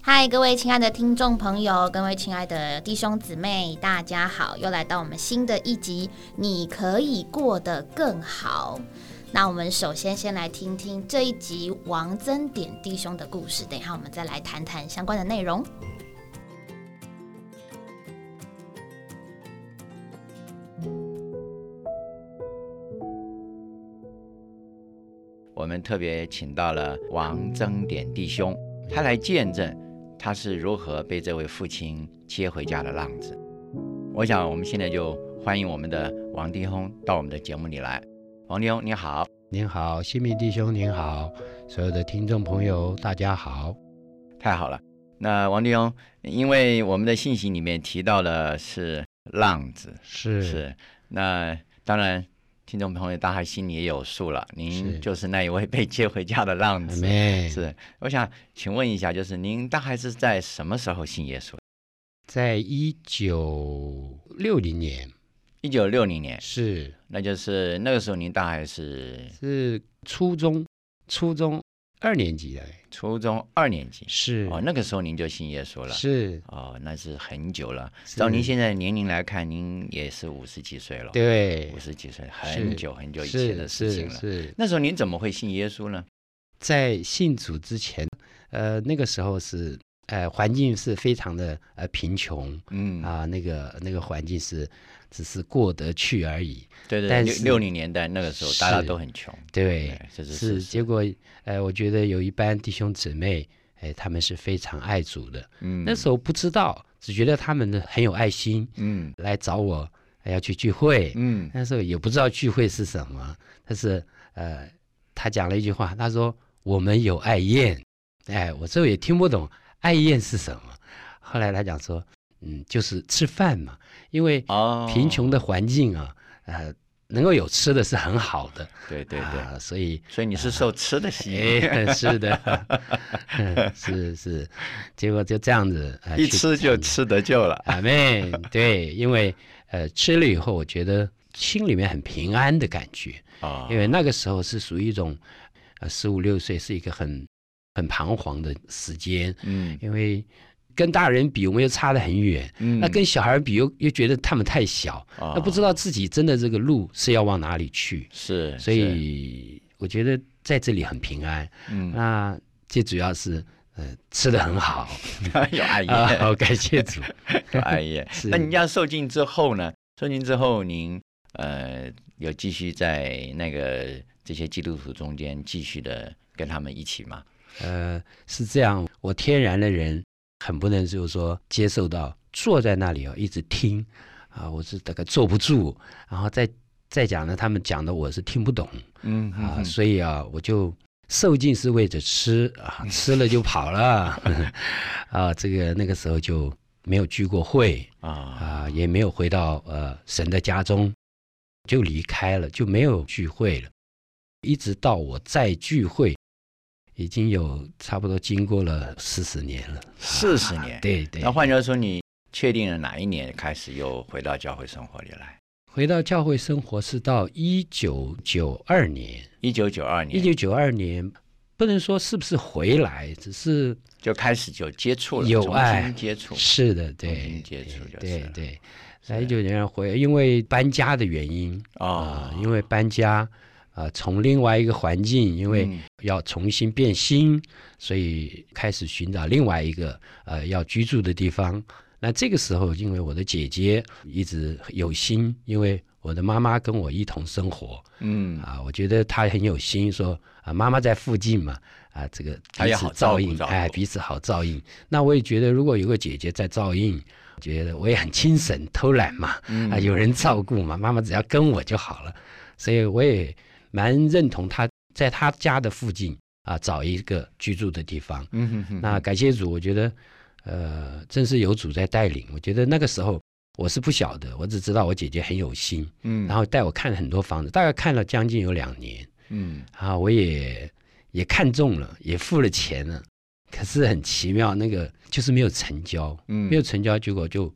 嗨，各位亲爱的听众朋友，各位亲爱的弟兄姊妹，大家好！又来到我们新的一集，你可以过得更好。那我们首先先来听听这一集王增典弟兄的故事，等一下我们再来谈谈相关的内容。我们特别请到了王增典弟兄，他来见证他是如何被这位父亲接回家的浪子。我想我们现在就欢迎我们的王弟兄到我们的节目里来。王弟兄你好，您好，新民弟兄您好，所有的听众朋友大家好。太好了。那王弟兄，因为我们的信息里面提到的是浪子，是是那当然。听众朋友，大家心里也有数了。您是就是那一位被接回家的浪阿子，妹是，我想请问一下，就是您大概是在什么时候信耶稣？在一九六零年，一九六零年，是那就是那个时候您大概是是初中，初中二年级的，初中二年级，是哦，那个时候您就信耶稣了，是，哦，那是很久了。是照您现在年龄来看，您也是五十几岁了，，对五，十几岁，是很久很久以前是的事情是了。是，那时候您怎么会信耶稣呢？在信主之前，呃，那个时候是呃环境是非常的呃贫穷嗯，啊、那个那个环境是只是过得去而已，对对，但六是六零年代那个时候大家是都很穷，对。这是是，事实。结果，呃，我觉得有一班弟兄姊妹，哎，他们是非常爱主的。嗯，那时候不知道，只觉得他们很有爱心，嗯来找我、哎要去聚会。嗯那时候也不知道聚会是什么，但是呃，他讲了一句话，他说我们有爱宴。哎，我这也听不懂爱宴是什么。后来他讲说，嗯，就是吃饭嘛，因为哦，贫穷，的环境啊，呃，能够有吃的是很好的。对对对，啊，所以所以你是受吃的吸引， 哎，是的， 嗯是是，结果就这样子，呃、一去吃就参加。吃得救了。阿妹，对，因为呃吃了以后，我觉得心里面很平安的感觉，啊因为那个时候是属于一种，呃十五六岁是一个很很彷徨的时间，嗯因为跟大人比，我们又差得很远。嗯，那跟小孩比又又觉得他们太小，那那不知道自己真的这个路是要往哪里去，哦是，所是以啊我觉得在这里很平安。 嗯，那最主要是呃吃的 很好有爱啊，耶，好感 谢主。有爱耶。 是哎那您这样受浸之后呢？受浸之后您呃有继续在那个这些基督徒中间继续的跟他们一起吗？呃，是这样，我天然的人很不能就是说接受到坐在那里哦，一直听啊，我是大概坐不住，然后再再讲呢，他们讲的我是听不懂嗯啊，嗯所以啊，我就。受尽是为着吃啊，嗯吃了就跑了， 啊，这个那个时候就没有聚过会，啊啊、也没有回到呃神的家中，就离开了，就没有聚会了。一直到我再聚会，已经有差不多经过了四十年了。四十年。对对那，换句话说，你确定了哪一年开始又回到教会生活里来？回到教会生活是到一九九二年，一九九二一年九九二年。不能说是不是回来，只是就开始就接触了，有哎重爱新接触。是的，重对新，接触就是对了对。是来一九年回，因为搬家的原因啊、哦，因为搬家啊、从另外一个环境，因为嗯要重新变新，所以开始寻找另外一个呃要居住的地方。那这个时候，因为我的姐姐一直有心，因为我的妈妈跟我一同生活嗯，啊，我觉得她很有心，说啊妈妈在附近嘛，啊这个她彼也此好照照顾应，照顾哎彼此好照应。那我也觉得如果有个姐姐在照应，觉得我也很精神偷懒嘛，嗯啊，有人照顾嘛，妈妈只要跟我就好了。所以我也蛮认同他在他家的附近啊找一个居住的地方。嗯哼哼，那感谢主，我觉得呃，真是有主在带领。我觉得那个时候我是不晓得，我只知道我姐姐很有心，嗯然后带我看了很多房子，大概看了将近有两年嗯啊，我也也看中了，也付了钱了。可是很奇妙，那个就是没有成交，嗯没有成交，结果就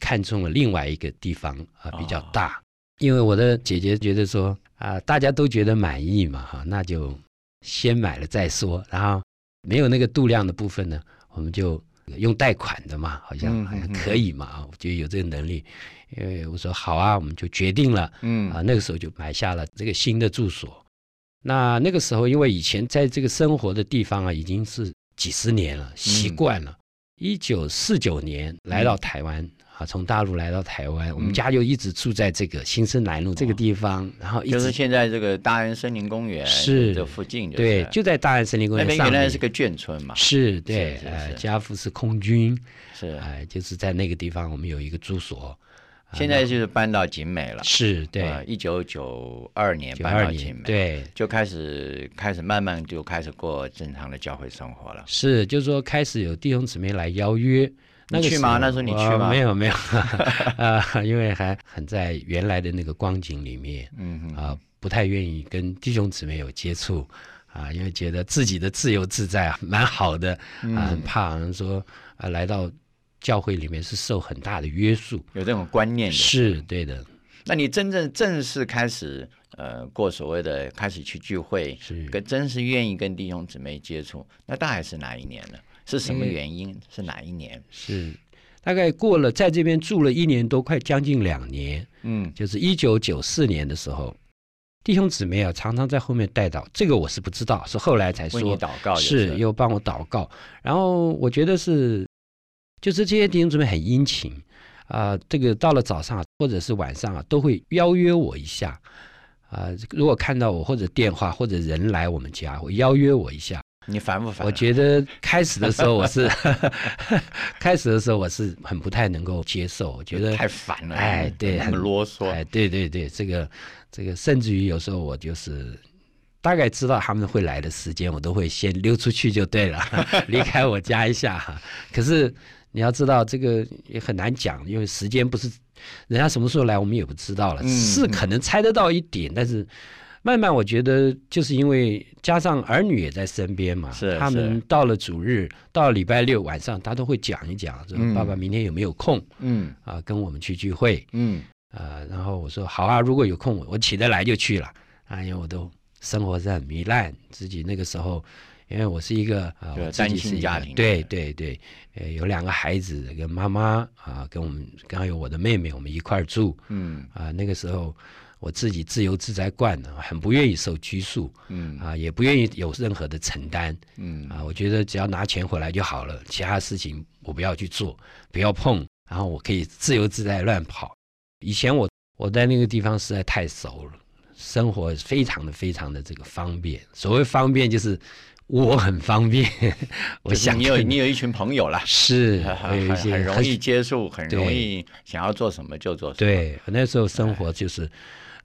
看中了另外一个地方啊、比较哦大。因为我的姐姐觉得说啊、大家都觉得满意嘛，哈、那就先买了再说。然后没有那个度量的部分呢，我们就用贷款的嘛，好像嗯好像嗯嗯可以嘛啊，我觉得有这个能力，因为我说好啊，我们就决定了嗯啊，那个时候就买下了这个新的住所。那那个时候，因为以前在这个生活的地方啊，已经是几十年嗯了，习惯了。一九四九年来到台湾、啊，从大陆来到台湾，我们嗯哦家就一直住在这个新生南路这个地方，然后一就是直现在这个大安森林公园是这附近，对，就在大安森林公那园边上原来面。是个眷村嘛，是对，是呃，是家父是空军，是，哎，就是在那个地方，我们有一个住所。啊现在就是搬到景美了，啊是对，一九九二年九搬二到景年美，，对，就开始开始慢慢就开始过正常的教会生活了。是就是说开始有弟兄姊妹来邀约。那个你去吗候那时候你我去吗没有没有， 啊、因为还很在原来的那个光景里面嗯哼，啊、不太愿意跟弟兄姊妹有接触啊、因为觉得自己的自由自在啊，蛮好的嗯啊、很怕好像说啊、来到教会里面是受很大的约束，有这种观念的。是对的，那你真正正式开始呃过所谓的开始去聚会，是跟真是愿意跟弟兄姊妹接触，那大概是哪一年呢？是什嗯么原因？是哪一年？是，大概过了在这边住了一年多，快将近两年，嗯就是一九九四年的时候，弟兄姊妹啊常常在后面带祷，这个我是不知道，是后来才为你说，祷告就是又帮我祷告，然后我觉得是，就是这些弟兄姊妹很殷勤啊、这个到了早上啊或者是晚上啊，都会邀约我一下。啊、如果看到我或者电话或者人来我们家，会邀约我一下，你烦不烦？啊我觉得开始的时候我是， 开始的时候我是很不太能够接受，我觉得太烦了，嗯哎对那么很啰嗦，哎，对对对，这个这个，甚至于有时候我就是大概知道他们会来的时间，我都会先溜出去就对了， 离开我家一下。可是你要知道，这个也很难讲，因为时间不是人家什么时候来，我们也不知道了，嗯是可能猜得到一点，但是。慢慢，我觉得就是因为加上儿女也在身边嘛，是他们到了主日，到了礼拜六晚上，他都会讲一讲，说嗯爸爸明天有没有空嗯啊、跟我们去聚会。嗯，呃，然后我说好啊，如果有空我我起得来就去了啊，因为我都生活是很糜烂，自己那个时候，因为我是一个啊、对我自己单亲是一个家庭对对对，呃，有两个孩子跟妈妈啊、跟我们刚好有我的妹妹，我们一块儿住嗯啊、那个时候我自己自由自在惯了，很不愿意受拘束嗯啊、也不愿意有任何的承担嗯啊、我觉得只要拿钱回来就好了，其他事情我不要去做，不要碰，然后我可以自由自在乱跑。以前我我在那个地方实在太熟了，生活非常的非常的这个方便。所谓方便就是我很方便， 我就是想你有跟你有一群朋友啦， 是我很有一些很容易接触，很对容易想要做什么就做什么。，对，我那时候生哎活就是，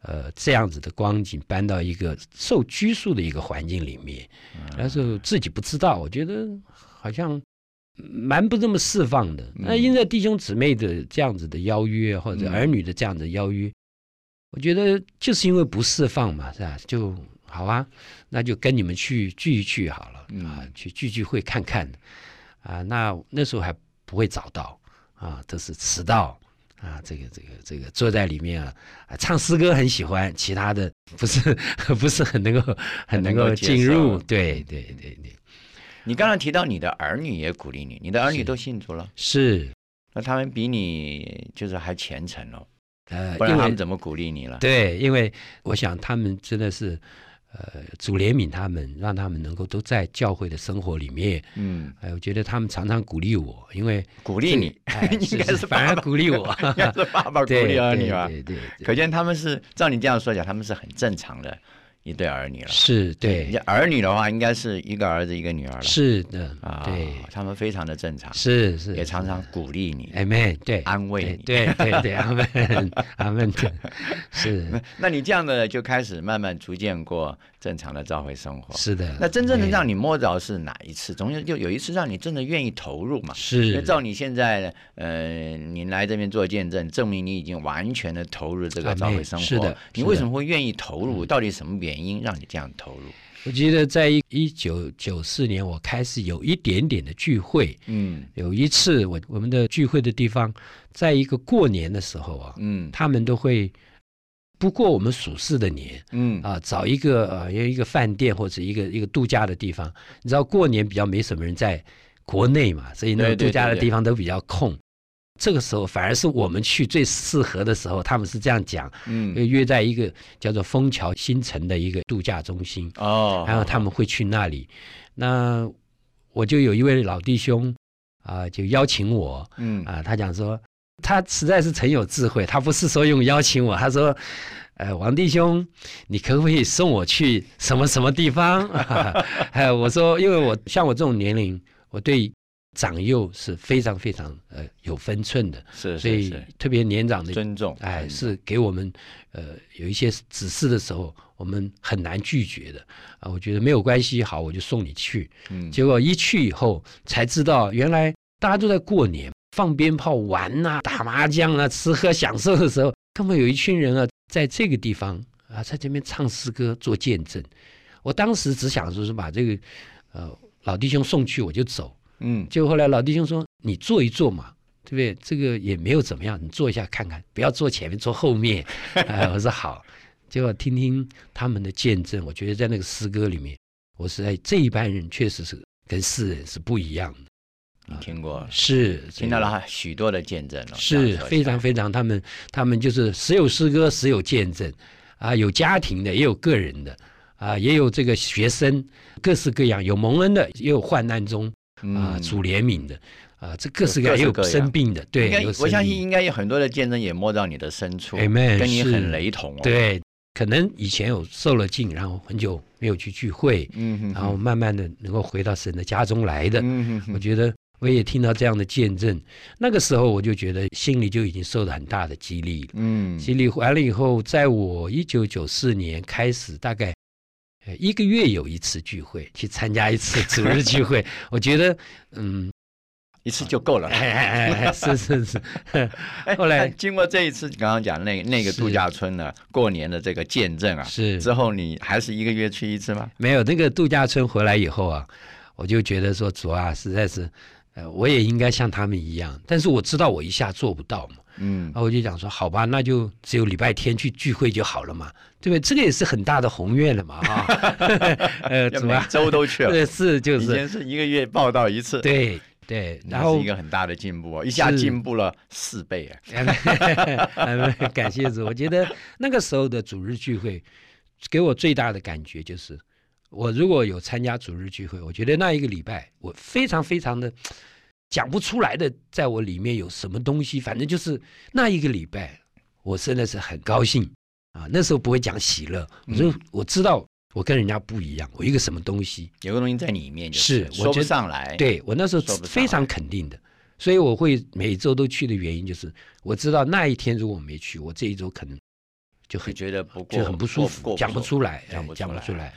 呃，这样子的光景搬到一个受拘束的一个环境里面，嗯那时候自己不知道，我觉得好像蛮不这么释放的。那嗯因在弟兄姊妹的这样子的邀约，或者嗯儿女的这样的邀约，我觉得就是因为不释放嘛，是吧？就好啊，那就跟你们去聚一聚好了、啊嗯，去聚聚会看看啊。那那时候还不会早到啊，都是迟到啊。这个这个这个坐在里面啊，啊唱诗歌很喜欢，其他的不是不是很能够很能很能够够嗯进接入。受对对对对，你刚才提到你的儿女也鼓励你，你的儿女是都信主了，是那他们比你就是还虔诚哦，呃，不然因他为们怎么鼓励你了？对，因为我想他们真的是。呃，主怜悯他们，让他们能够都在教会的生活里面。嗯，哎、我觉得他们常常鼓励我，因 为鼓励你，哎应该是是反爸而爸鼓 励我， 应该是爸爸鼓对励儿对女吧？对对对可见他们是照你这样说讲，他们是很正常的一对儿女了。是，人对家，儿女的话，应该是一个儿子一个女儿了。是的，啊，对，他们非常的正常，是是，也常常鼓励你、 ，amen，对，哎安慰对你。对对 对，阿门阿门，是那你这样的就开始慢慢逐渐过正常的教会生活。是的，那真正能哎让你摸着是哪一次？总有就有一次让你真的愿意投入嘛？因为是照你现在，呃，您来这边做见证，证明你已经完全的投入这个啊教没会生活。是的你是为的什么会愿意投入？到底什么原因让你这样投入？我记得在一一九九四年，我开始有一点点的聚会。嗯有一次我，我们的聚会的地方，在一个过年的时候啊，嗯他们都会不过我们属市的年，嗯啊，找一个呃，有一个饭店或者一个一个度假的地方。你知道过年比较没什么人在，国内嘛，所以那对种对度假的对对地方都比较空。这个时候反而是我们去最适合的时候，他们是这样讲，嗯，约在一个叫做枫桥新城的一个度假中心，哦，然后啊他们会去那里。那我就有一位老弟兄啊、就邀请我，嗯啊，他讲说他实在是很有智慧，他不是说用邀请我，他说，呃，王弟兄，你可不可以送我去什么什么地方？ 哎，我说，因为我像我这种年龄，我对长幼是非常非常呃有分寸的，是所是以是，特别年长的尊重，哎，嗯是给我们呃有一些指示的时候，我们很难拒绝的啊。我觉得没有关系，好，我就送你去。嗯结果一去以后才知道，原来大家都在过年放鞭炮、玩呐、打麻将啊、吃喝享受的时候，根本有一群人啊，在这个地方啊，在这边唱诗歌做见证。我当时只想说是把这个呃老弟兄送去我就走，嗯结果后来老弟兄说：“你坐一坐嘛，对不对？这个也没有怎么样，你坐一下看看，不要坐前面，坐后 面。哎，我说好。结果听听他们的见证，我觉得在那个诗歌里面，我是在这一班人确实是跟世人是不一样的，你听过啊是听到了，哈许多的见证了，这是样说非起来常非常他们他们就是时有诗歌，时有见证，啊，有家庭的，也有个人的。啊，也有这个学生，各式各样，有蒙恩的，也有患难中，啊，嗯主怜悯的，啊，这各式各各样，式也各有样生病的，对应该，有我生相病信应该有很多的见证也摸到你的深处， Amen，跟你是很雷同哦。，对，可能以前有受了禁，然后很久没有去聚会，嗯哼哼，然后慢慢的能够回到神的家中来的，嗯哼我哼，觉得我也听到这样的见证，那个时候我就觉得心里就已经受到很大的激励了。嗯激励完了以后，在我一九九四年开始，大概呃一个月有一次聚会，去参加一次主日聚会， 我觉得嗯，一次就够了。哎哎哎，哎是是是，哎后来那经过这一次，你刚刚讲那那个是度假村呢，过年的这个见证啊，是之后你还是一个月去一次吗？没有那个度假村回来以后啊，我就觉得说主啊，实在是，呃，我也应该像他们一样，但是我知道我一下做不到嘛，嗯 然，后我就想说，好吧，那就只有礼拜天去聚会就好了嘛，对不对？这个也是很大的宏愿了嘛啊， 呃，要主每啊，周都去了， 对，是就以是前是一个月报道一次，，对对，然是后一个很大的进步哦，一下是进步了四倍啊。 哎感谢主，我觉得那个时候的主日聚会，给我最大的感觉就是，我如果有参加主日聚会，我觉得那一个礼拜我非常非常的讲不出来的，在我里面有什么东西，反正就是那一个礼拜，我真的是很高兴啊。那时候不会讲喜乐，我说我知道我跟人家不一样，我一个什么东西，有个东西在里面，就是我说觉不得上来。，对我那时候哎说不上非常肯定的，所以我会每周都去的原因就是，我知道那一天如果我没去，我这一周可能就你很觉得不过就很不舒过服，讲不过出来，讲哎不讲不出出来来，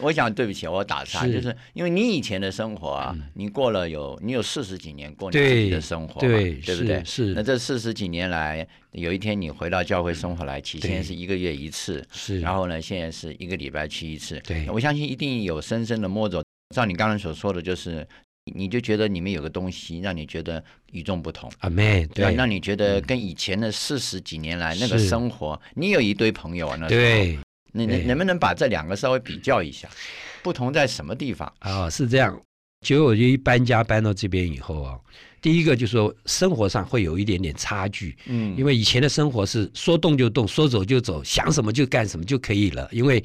我想对不起，我打岔，是就是因为你以前的生活啊，嗯你过了有你有四十几年过你自己对的生活嘛，对对不对？是那这四十几年来，有一天你回到教会生活来，起对先是一个月一次，是，然后呢，现在是一个礼拜去一次。对我相信一定有深深的摸着。照你刚才所说的，就是你就觉得里面有个东西让你觉得与众不同，阿妹对吧，对嗯让你觉得跟以前的四十几年来那个是生活，你有一堆朋友啊，那时候对你能对能不能把这两个稍微比较一下，不同在什么地方？啊是这样。结果我就一搬家搬到这边以后啊，第一个就是说生活上会有一点点差距，嗯因为以前的生活是说动就动，说走就走，想什么就干什么就可以了。因为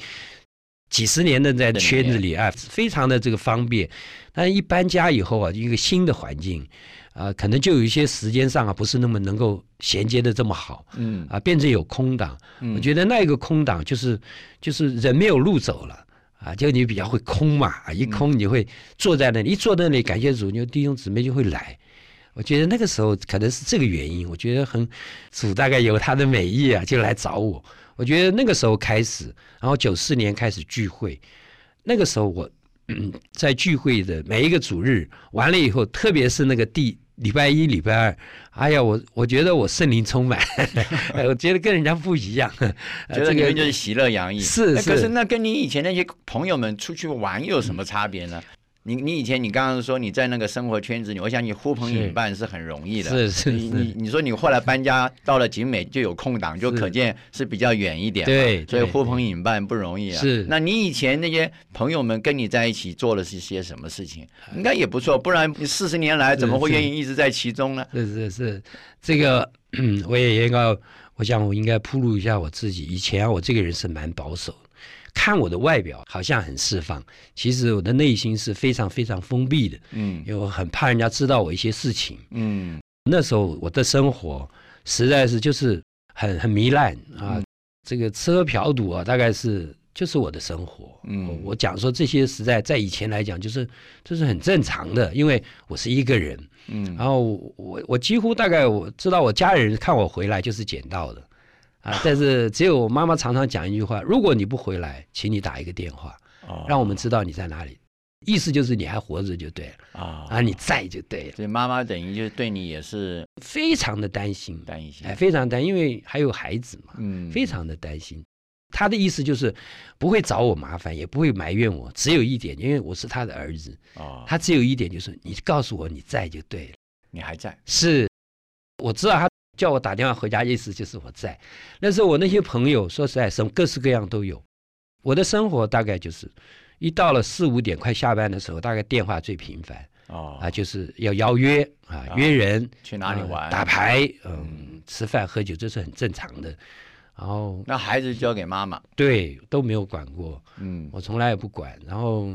几十年的在对圈子里啊，非常的这个方便。但一搬家以后啊，一个新的环境，啊、可能就有一些时间上啊，不是那么能够衔接的这么好嗯啊，变成有空档。嗯我觉得那一个空档就是就是人没有路走了。啊，就你比较会空嘛，啊一空嗯你会坐在那里，一坐在那里，感谢主，你就弟兄姊妹就会来，我觉得那个时候可能是这个原因，我觉得很主大概有他的美意啊，就来找我。我觉得那个时候开始，然后九四年开始聚会，那个时候我、嗯在聚会的每一个主日完了以后，特别是那个第礼拜一、礼拜二，哎呀，我我觉得我圣灵 充满，哎我觉得跟人家不一样，呃觉得这你个们就是喜乐洋溢，哎是那可是是那跟你以前那些朋友们出去玩有什么差别呢？你你以前你刚刚说你在那个生活圈子里，我想你呼朋引伴是很容易的。是是你你是，你说你后来搬家到了景美就有空档，就可见是比较远一点嘛。对啊所以对呼朋引伴不容易啊。是那你以前那些朋友们跟你在一起做了是些什么事情？应该也不错，不然你四十年来怎么会是愿意一直在其中呢？是是是，这个 我也应该，我想我应该铺露一下我自己。以前啊我这个人是蛮保守的，看我的外表好像很释放，其实我的内心是非常非常封闭的，嗯因为我很怕人家知道我一些事情。嗯那时候我的生活实在是就是很很糜烂啊，这个吃喝嫖赌啊，大概是就是我的生活。嗯我我讲说这些实在在以前来讲，就是这、就是很正常的，因为我是一个人。嗯然后我我我几乎大概我知道我家人看我回来就是捡到的，啊，但是只有我妈妈常常讲一句话：如果你不回来，请你打一个电话，哦让我们知道你在哪里。意思就是你还活着就对了，啊啊，你在就对了。所以妈妈等于就是对你也是非常的担心，担心哎，，非常担，因为还有孩子嘛，嗯非常的担心。他的意思就是不会找我麻烦，也不会埋怨我，只有一点，因为我是他的儿子，哦，他只有一点就是你告诉我你在就对了。你还在是，我知道他叫我打电话回家，意思就是我在。那时候我那些朋友，说实在，什么各式各样都有。我的生活大概就是，一到了四五点快下班的时候，大概电话最频繁哦啊，就是要邀约啊，啊约人去哪里呃玩打牌，嗯，吃饭喝酒，这是很正常的。然后那孩子交给妈妈，对都没有管过，嗯我从来也不管。然后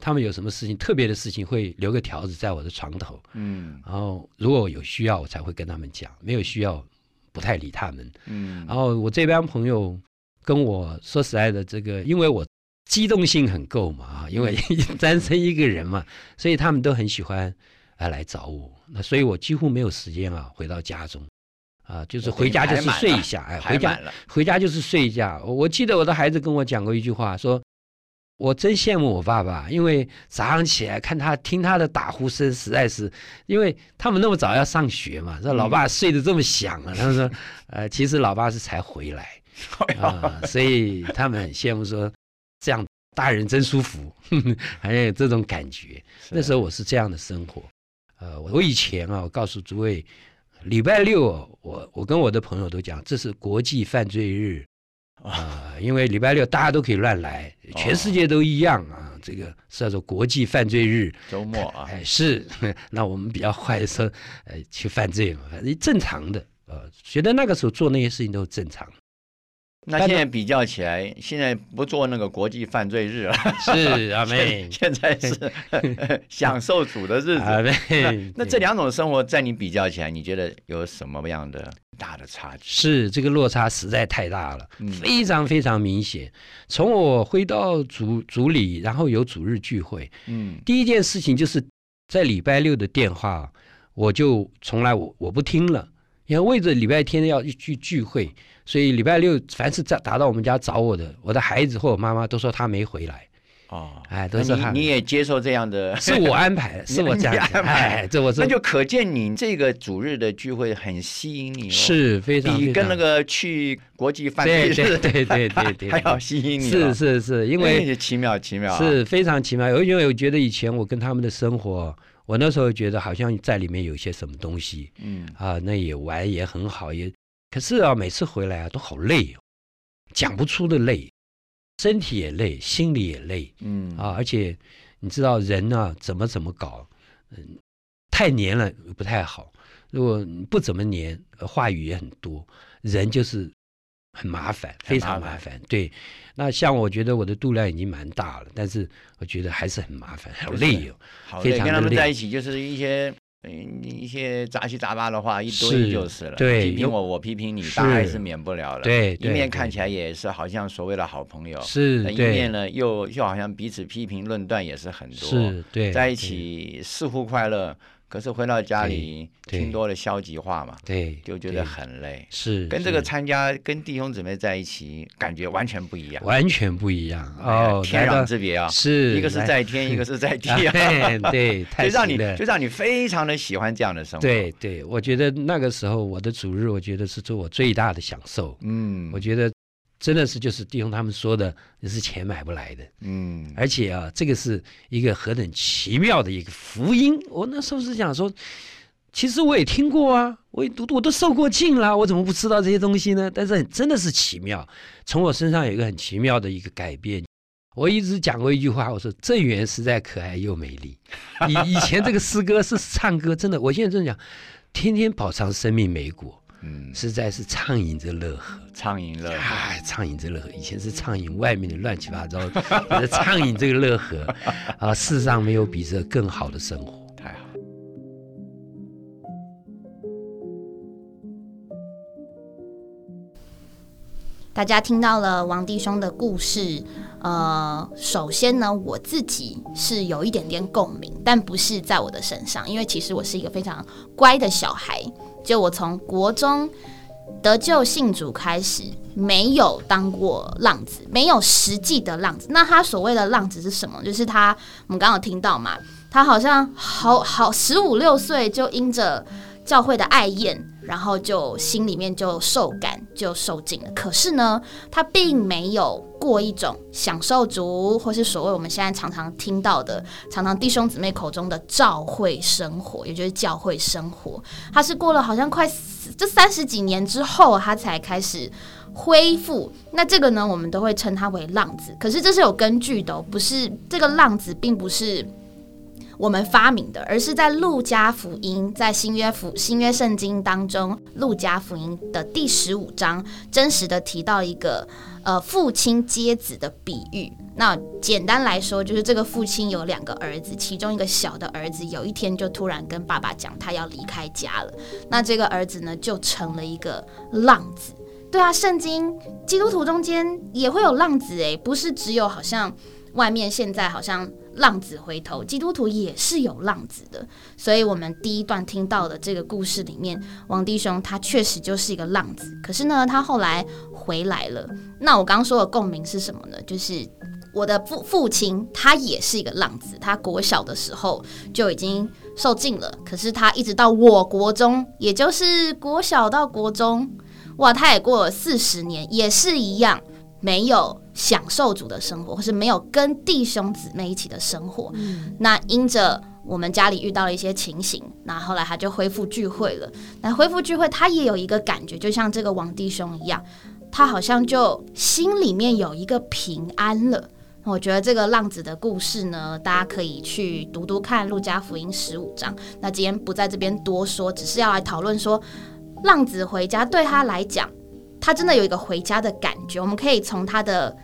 他们有什么事情特别的事情，会留个条子在我的床头，嗯然后如果有需要，我才会跟他们讲；没有需要，不太理他们。嗯，然后我这帮朋友跟我说实在的，这个因为我机动性很够嘛啊，因为 单身一个人嘛，所以他们都很喜欢啊、呃来找我。那所以我几乎没有时间啊回到家中啊，就是回家就是睡一下，哎，排回家满了，回家就是睡一觉。我我记得我的孩子跟我讲过一句话，说：“我真羡慕我爸爸，因为早上起来看他听他的打呼声，实在是，因为他们那么早要上学嘛，说老爸睡得这么响啊。他说：“呃，其实老爸是才回来哎啊、所以他们很羡慕说，这样大人真舒服， 还有这种感觉。”那时候候我是这样的生活，呃，我以前啊，我告诉诸位，礼拜六啊我我跟我的朋友都讲，这是国际犯罪日啊、因为礼拜六大家都可以乱来，全世界都一样啊，这个是叫做国际犯罪日，周末啊，哎是， 那我们比较坏的说，呃，去犯罪嘛，反正正常的，呃，觉得那个时候做那些事情都是正常的，那但现在比较起来，现在不做那个国际犯罪日啊了，，是阿妹现在是 享受主的日阿子。妹那，那这两种生活在你比较起来，你觉得有什么样的大的差距？是这个落差实在太大了，嗯非常非常明显。从我回到组组里，然后有主日聚会，嗯第一件事情就是在礼拜六的电话，我就从来我我不听了，因为为着礼拜天要去聚会，所以礼拜六凡是在打到我们家找我的，我的孩子或我妈妈都说他没回来，哦，哎，都那说他你你也接受这样的，是我安排的，是我这 样你子，安排哎，这我那是就可见你这个主日的聚会很吸引你、哦，是非常比非跟常那个去国际犯罪对 日对对对对对，还要吸引你、是，是是，因为。哎奇妙奇妙、啊，是非常奇妙。因为我觉得以前我跟他们的生活，我那时候觉得好像在里面有些什么东西嗯啊，那也玩也很好，也可是啊，每次回来啊都好累、哦，讲不出的累，身体也累，心里也累嗯啊。而且你知道人呢、怎么怎么搞，嗯，太黏了不太好。如果你不怎么黏，呃话语也很多，人就是很麻烦，非常麻麻烦烦。对，那像我觉得我的度量已经蛮大了，但是我觉得还是很麻烦，好累哦。好非累，常跟他的们累在一起就是一些嗯一些杂七杂八的话一堆是就是了，对批评我我批评你，大家还是是免不了了。，对，一对面看起来对也是好像所谓的好朋友，是那一对面呢又又好像彼此批评论断也是很多，是对在一对起似乎快乐，可是回到家里对听多了消极话嘛，对，就觉对得很累。是跟这个是参加跟弟兄姊妹在一起，感觉完全不一样，完全不一样哎呀哦，天来到壤之别啊！是一个是来在天，一 个是在地啊 啊对。对，就太让喜你乐就让你非常的喜欢这样的生活。对，对，我觉得那个时候我的主日，我觉得是做我最大的享受。嗯我，觉得真的是就是弟兄他们说的，那是钱买不来的。嗯，而且啊，这个是一个何等奇妙的一个福音！我那时候是想说，其实我也听过啊，我也读，我都受过浸啦，我怎么不知道这些东西呢？但是很真的是奇妙，从我身上有一个很奇妙的一个改变。我一直讲过一句话，我说郑源实在可爱又美丽。以以前这个诗歌是唱歌，真的，我现在真的讲，天天饱尝生命美果，嗯，实在是畅饮着乐呵。畅饮乐，哎，畅饮这乐呵，以前是畅饮外面的乱七八糟， 现在畅饮这个乐呵，啊，世上没有比这更好的生活。太好。大家听到了王弟兄的故事，呃，首先呢，我自己是有一点点共鸣，但不是在我的身上，因为其实我是一个非常乖的小孩，就我从国中得救信主开始，没有当过浪子，没有实际的浪子。那他所谓的浪子是什么？就是他，我们刚刚有听到嘛，他好像好好十五六岁就因着教会的爱宴，然后就心里面就受感就受尽了。可是呢，他并没有过一种享受族，或是所谓我们现在常常听到的、常常弟兄姊妹口中的教会生活，也就是教会生活。他是过了好像快四这三十几年之后，他才开始。恢复，那这个呢，我们都会称他为浪子。可是这是有根据的、哦，不是这个浪子，并不是我们发明的，而是在路加福音，在新约福新约圣经当中，路加福音的第十五章真实的提到一个呃父亲接子的比喻。那简单来说，就是这个父亲有两个儿子，其中一个小的儿子有一天就突然跟爸爸讲他要离开家了，那这个儿子呢就成了一个浪子。对啊，圣经基督徒中间也会有浪子诶，不是只有好像外面现在好像浪子回头，基督徒也是有浪子的。所以，我们第一段听到的这个故事里面，王弟兄他确实就是一个浪子，可是呢，他后来回来了。那我刚刚说的共鸣是什么呢？就是我的父父亲他也是一个浪子，他国小的时候就已经受尽了，可是他一直到我国中，也就是国小到国中，哇，他也过了四十年，也是一样。没有享受主的生活，或是没有跟弟兄姊妹一起的生活。那因着我们家里遇到了一些情形，那后来他就恢复聚会了。那恢复聚会，他也有一个感觉，就像这个王弟兄一样，他好像就心里面有一个平安了。我觉得这个浪子的故事呢，大家可以去读读看《路加福音》十五章。那今天不在这边多说，只是要来讨论说，浪子回家对他来讲，他真的有一个回家的感觉。我们可以从他的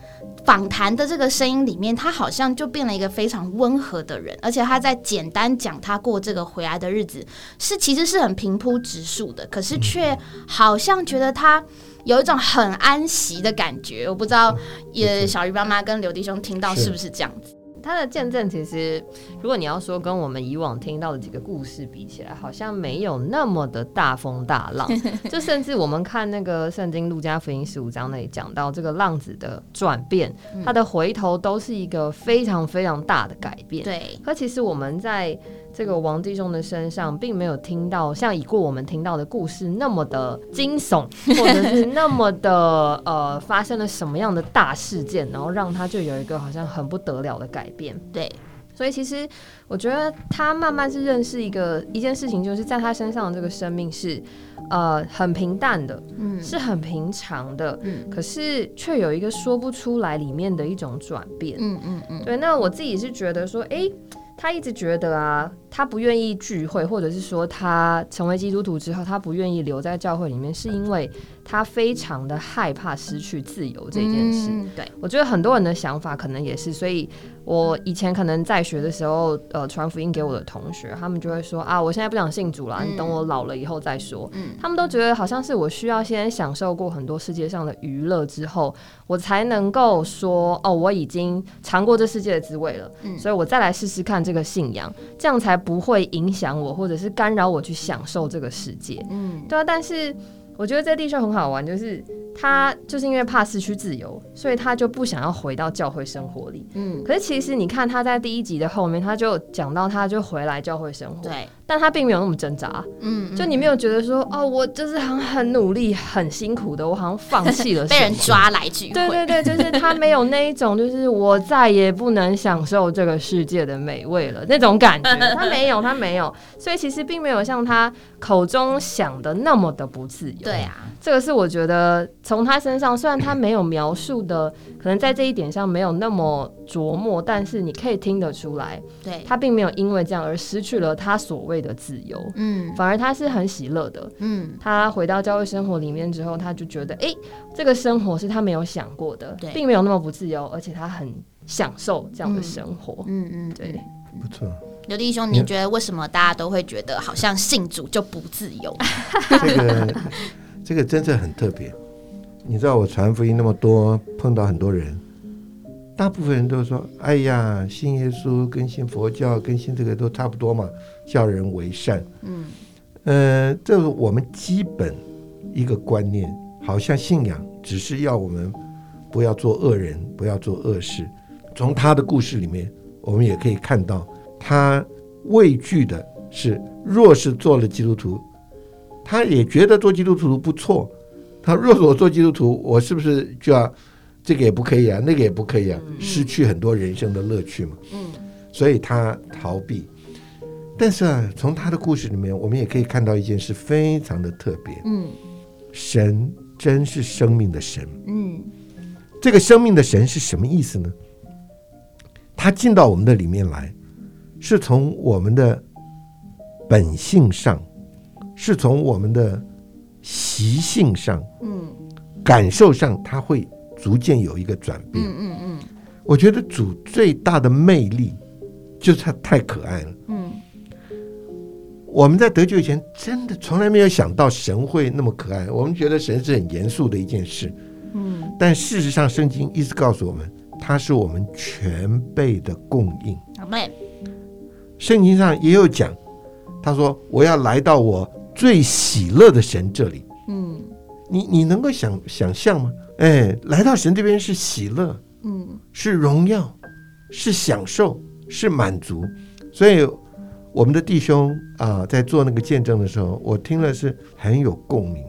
访谈的这个声音里面，他好像就变了一个非常温和的人，而且他在简单讲他过这个回来的日子，是其实是很平铺直述的，可是却好像觉得他。有一种很安息的感觉，我不知道，嗯也小鱼妈妈跟刘弟兄听到是不是这样子？他的见证其实，如果你要说跟我们以往听到的几个故事比起来，好像没有那么的大风大浪。就甚至我们看那个圣经路加福音十五章那里讲到这个浪子的转变，他的回头都是一个非常非常大的改变。对，可其实我们在这个王弟兄的身上，并没有听到像已过我们听到的故事那么的呃惊悚，或者是那么的呃发生了什么样的大事件，然后让他就有一个好像很不得了的改变。对，所以其实我觉得他慢慢是认识一个一件事情，就是在他身上的这个生命是呃很平淡的，嗯，是很平常的，嗯，可是却有一个说不出来里面的一种转变。嗯嗯嗯，对，那我自己是觉得说，诶，他一直觉得啊，他不愿意聚会，或者是说他成为基督徒之后，他不愿意留在教会里面，是因为他非常的害怕失去自由这件事。嗯对，我觉得很多人的想法可能也是，所以我以前可能在学的时候，呃，传福音给我的同学，他们就会说啊，我现在不想信主啦，嗯你等我老了以后再说。嗯他们都觉得好像是我需要先享受过很多世界上的娱乐之后，我才能够说哦，我已经尝过这世界的滋味了，嗯所以我再来试试看这个信仰，这样才不会影响我，或者是干扰我去享受这个世界。嗯对啊，但是我觉得这弟兄很好玩，就是他就是因为怕失去自由，所以他就不想要回到教会生活里。嗯，可是其实你看他在第一集的后面，他就讲到他就回来教会生活，对，但他并没有那么挣扎。嗯，就你没有觉得说，哦，我就是很很努力、很辛苦的，我好像放弃了 被人什么抓来聚会，对对对，就是他没有那一种，就是我再也不能享受这个世界的美味了那种感觉，他没有，他没有，所以其实并没有像他口中想的那么的不自由。对啊，这个是我觉得从他身上，虽然他没有描述的，可能在这一点上没有那么琢磨，但是你可以听得出来，对，他并没有因为这样而失去了他所谓的自由，嗯反而他是很喜乐的。嗯，他回到教会生活里面之后，他就觉得，诶，这个生活是他没有想过的对，并没有那么不自由，而且他很享受这样的生活。嗯嗯，对嗯。不错。刘弟兄，你觉得为什么大家都会觉得好像信主就不自由？这个这个真的很特别。你知道我传福音那么多，碰到很多人，大部分人都说：“哎呀，信耶稣跟信佛教跟信这个都差不多嘛，叫人为善。嗯”呃，这是我们基本一个观念，好像信仰只是要我们不要做恶人，不要做恶事。从他的故事里面，我们也可以看到，他畏惧的是，若是做了基督徒，他也觉得做基督徒不错。他若是我做基督徒，我是不是就要这个也不可以啊，那个也不可以啊，失去很多人生的乐趣嘛？嗯所以他逃避。但是啊，从他的故事里面，我们也可以看到一件事非常的特别：嗯神真是生命的神。嗯这个生命的神是什么意思呢？他进到我们的里面来，是从我们的本性上，是从我们的习性上、嗯感受上，他会逐渐有一个转变。嗯嗯我觉得主最大的魅力就是他太可爱了。嗯我们在得救以前，真的从来没有想到神会那么可爱。我们觉得神是很严肃的一件事，嗯，但事实上，圣经一直告诉我们，它是我们全备的供应。阿妹，圣经上也有讲，他说：“我要来到我最喜乐的神这里。嗯你”你能够想想象吗？哎，来到神这边是喜乐，嗯是荣耀，是享受，是满足。所以我们的弟兄啊、在做那个见证的时候，我听了是很有共鸣。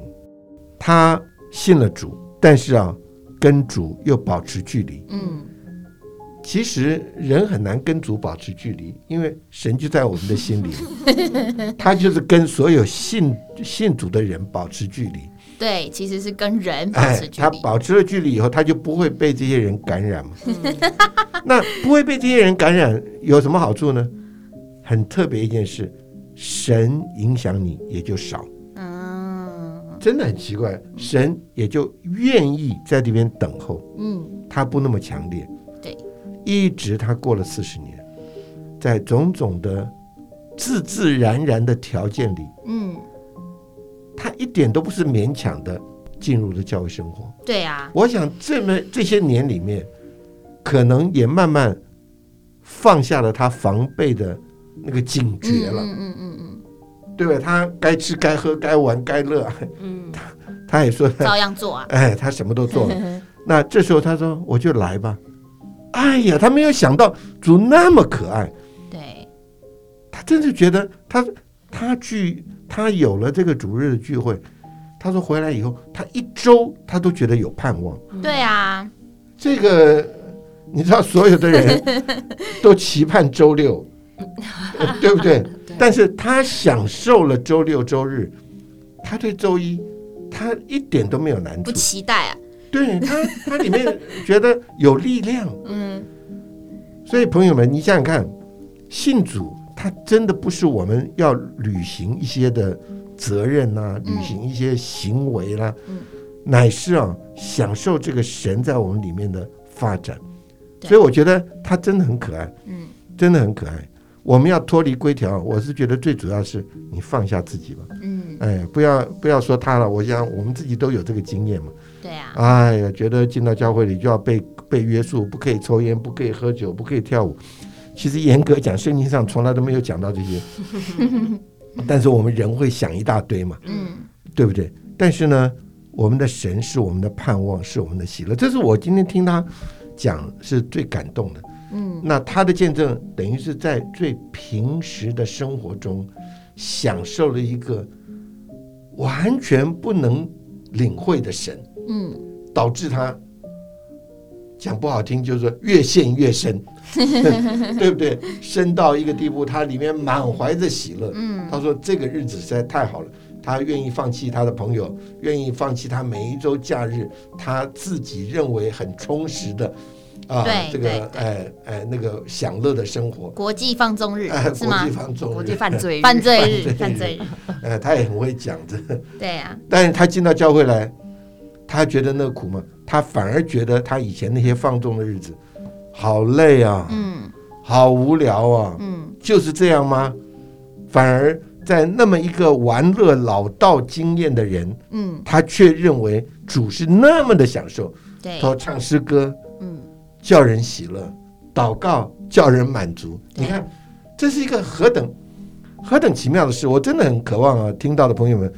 他信了主，但是啊，跟主又保持距离。嗯其实人很难跟主保持距离，因为神就在我们的心里，他就是跟所有信信主的人保持距离。对，其实是跟人保哎持，距他离。保持了距离以后，他就不会被这些人感染嘛。嗯 那不会被这些人感染有什么好处呢？很特别一件事，神影响你也就少，嗯真的很奇怪，神也就愿意在这边等候，嗯他不那么强烈。对，一直他过了四十年，在种种的自自然然的条件里，嗯，他一点都不是勉强的进入了教会生活。对啊，我想这么这些年里面，可能也慢慢放下了他防备的那个警觉了，嗯嗯嗯对不对？他该吃该喝该玩该乐， 嗯，他也说嗯，，照样做啊。 哎，他什么都做 了。那这时候他说：“我就来吧。”哎呀，他没有想到主那么可爱，对，他真是觉得他他聚他有了这个主日的聚会，他说回来以后，他一周他都觉得有盼望。对啊，这个你知道，所有的人都期盼周六，呃对不对？但是他享受了周六周日，他对周一他一点都没有难不处，期待啊。对他他里面觉得有力量。 嗯所以朋友们，你想想看，信主他真的不是我们要履行一些的责任呐、嗯履行一些行为啦、嗯乃是啊享受这个神在我们里面的发展。对所以我觉得他真的很可爱，嗯，真的很可爱。我们要脱离规条，我是觉得最主要是你放下自己吧。嗯，哎，不要不要说他了，我想我们自己都有这个经验嘛。对啊，哎呀，觉得进到教会里就要被被约束，不可以抽烟，不可以喝酒，不可以跳舞。其实严格讲，圣经上从来都没有讲到 这些，但是我们人会想一大堆嘛，嗯对不对？但是呢，我们的神是我们的盼望，是我们的喜乐。这是我今天听他讲是最感动的。嗯那他的见证等于是在最平时的生活中，享受了一个完全不能领会的神，嗯，导致他讲不好听，就是说越陷 越深，对不对？深到一个地步，他里面满怀着喜乐。嗯，他说这个日子实在太好了，他愿意放弃他的朋友，愿意放弃他每一周假日，他自己认为很充实的啊、对这对个对哎哎那个享乐的生活，国际放纵日嗯哎，是国吗际？放纵日国际犯罪日犯罪日，犯犯罪罪日，哎，他也很会讲的，对啊，但是他进到教会来，他觉得那个苦吗？他反而觉得他以前那些放纵的日子好累啊，嗯好无聊啊，嗯，就是这样吗？反而在那么一个玩乐老道经验的人，嗯，他却认为主是那么的享受，对，他唱诗歌嗯，叫人喜乐，祷告叫人满足。对你看，这是一个何等何等奇妙的事！我真的很渴望啊，听到的朋友们，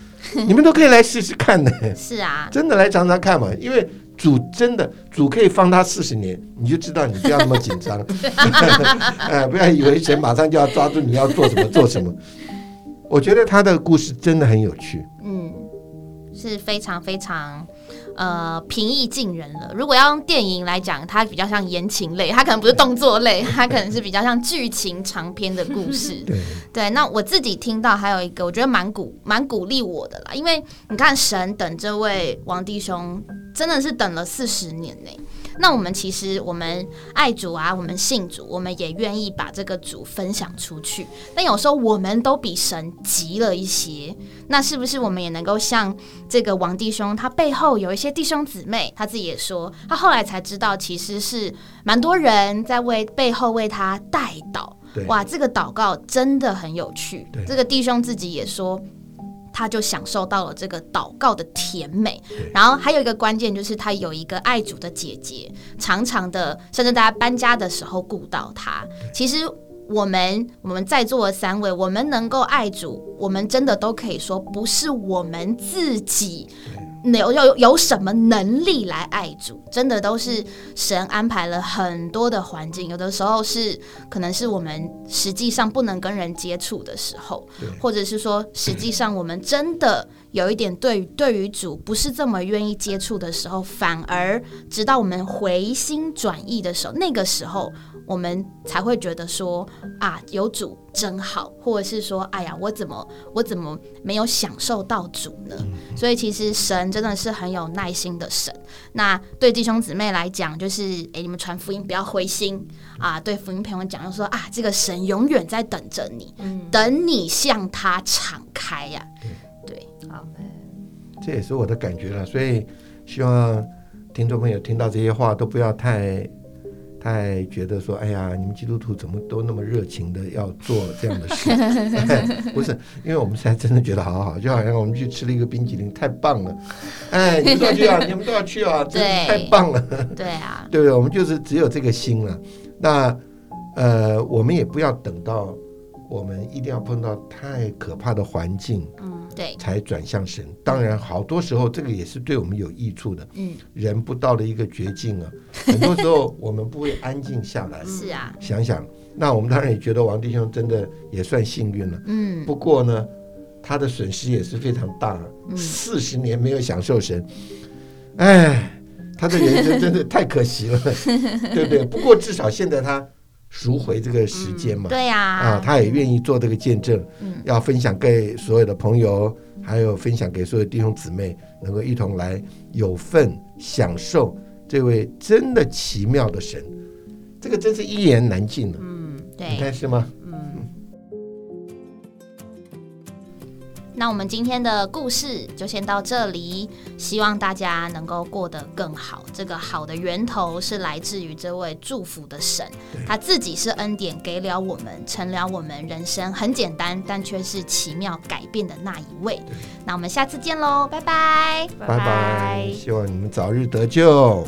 你们都可以来试试看的，是啊，真的来尝尝看嘛，因为。主真的，主可以放他四十年，你就知道你不要那么紧张， 哎，不要以为神马上就要抓住你要做什么做什么。我觉得他的故事真的很有趣，嗯，是非常非常呃平易近人了。如果要用电影来讲，它比较像言情类，它可能不是动作类，它可能是比较像剧情长篇的故 事。对，对，那我自己听到还有一个，我觉得蛮鼓蛮鼓励我的啦，因为你看神等这位王弟兄真的是等了四十年呢。那我们其实我们爱主啊，我们信主，我们也愿意把这个主分享出去。但有时候我们都比神急了一些，那是不是我们也能够像这个王弟兄，他背后有一些弟兄姊妹，他自己也说，他后来才知道其实是蛮多人在为背后为他代祷。对哇，这个祷告真的很有趣对。这个弟兄自己也说，他就享受到了这个祷告的甜美对。然后还有一个关键就是，他有一个爱主的姐姐，常常的，甚至大家搬家的时候顾到他。其实。我们我们在座的三位，我们能够爱主，我们真的都可以说，不是我们自己有有有什么能力来爱主，真的都是神安排了很多的环境，有的时候是可能是我们实际上不能跟人接触的时候对，或者是说实际上我们真的有一点对于对于主不是这么愿意接触的时候，反而直到我们回心转意的时候，那个时候我们才会觉得说啊，有主真好，或者是说哎呀，我怎么我怎么没有享受到主呢？嗯所以其实神真的是很有耐心的神。那对弟兄姊妹来讲，就是诶，你们传福音不要灰心啊；对福音朋友讲，就说啊，这个神永远在等着你，等你向他敞开呀、对，好，这也是我的感觉了，所以希望听众朋友听到这些话都不要太太觉得说，哎呀，你们基督徒怎么都那么热情的要做这样的事？不是，因为我们现在真的觉得好好，就好像我们去吃了一个冰淇淋，太棒了，哎，你们都要去啊，你们都要去啊，真对是太棒了。对啊，对不对？我们就是只有这个心了。那呃，我们也不要等到我们一定要碰到太可怕的环境嗯，对，才转向神。当然，好多时候这个也是对我们有益处的。嗯，人不到了一个绝境啊， 很多时候我们不会安静下来是啊，想想。那我们当然也觉得王弟兄真的也算幸运了。嗯，不过呢，他的损失也是非常大，啊嗯四十年没有享受神，哎，他的人生真的太可惜 了，对不对？不过至少现在他赎回这个时间嘛，对呀、啊，他也愿意做这个见证，嗯要分享给所有的朋友，还有分享给所有弟兄姊妹，能够一同来有份享受这位真的奇妙的神，这个真是一言难尽了，嗯对。你看是吗？那我们今天的故事就先到这里，希望大家能够过得更好。这个好的源头是来自于这位祝福的神，他自己是恩典给了我们，成了我们人生很简单，但却是奇妙改变的那一位。那我们下次见喽，拜拜。拜拜，希望你们早日得救。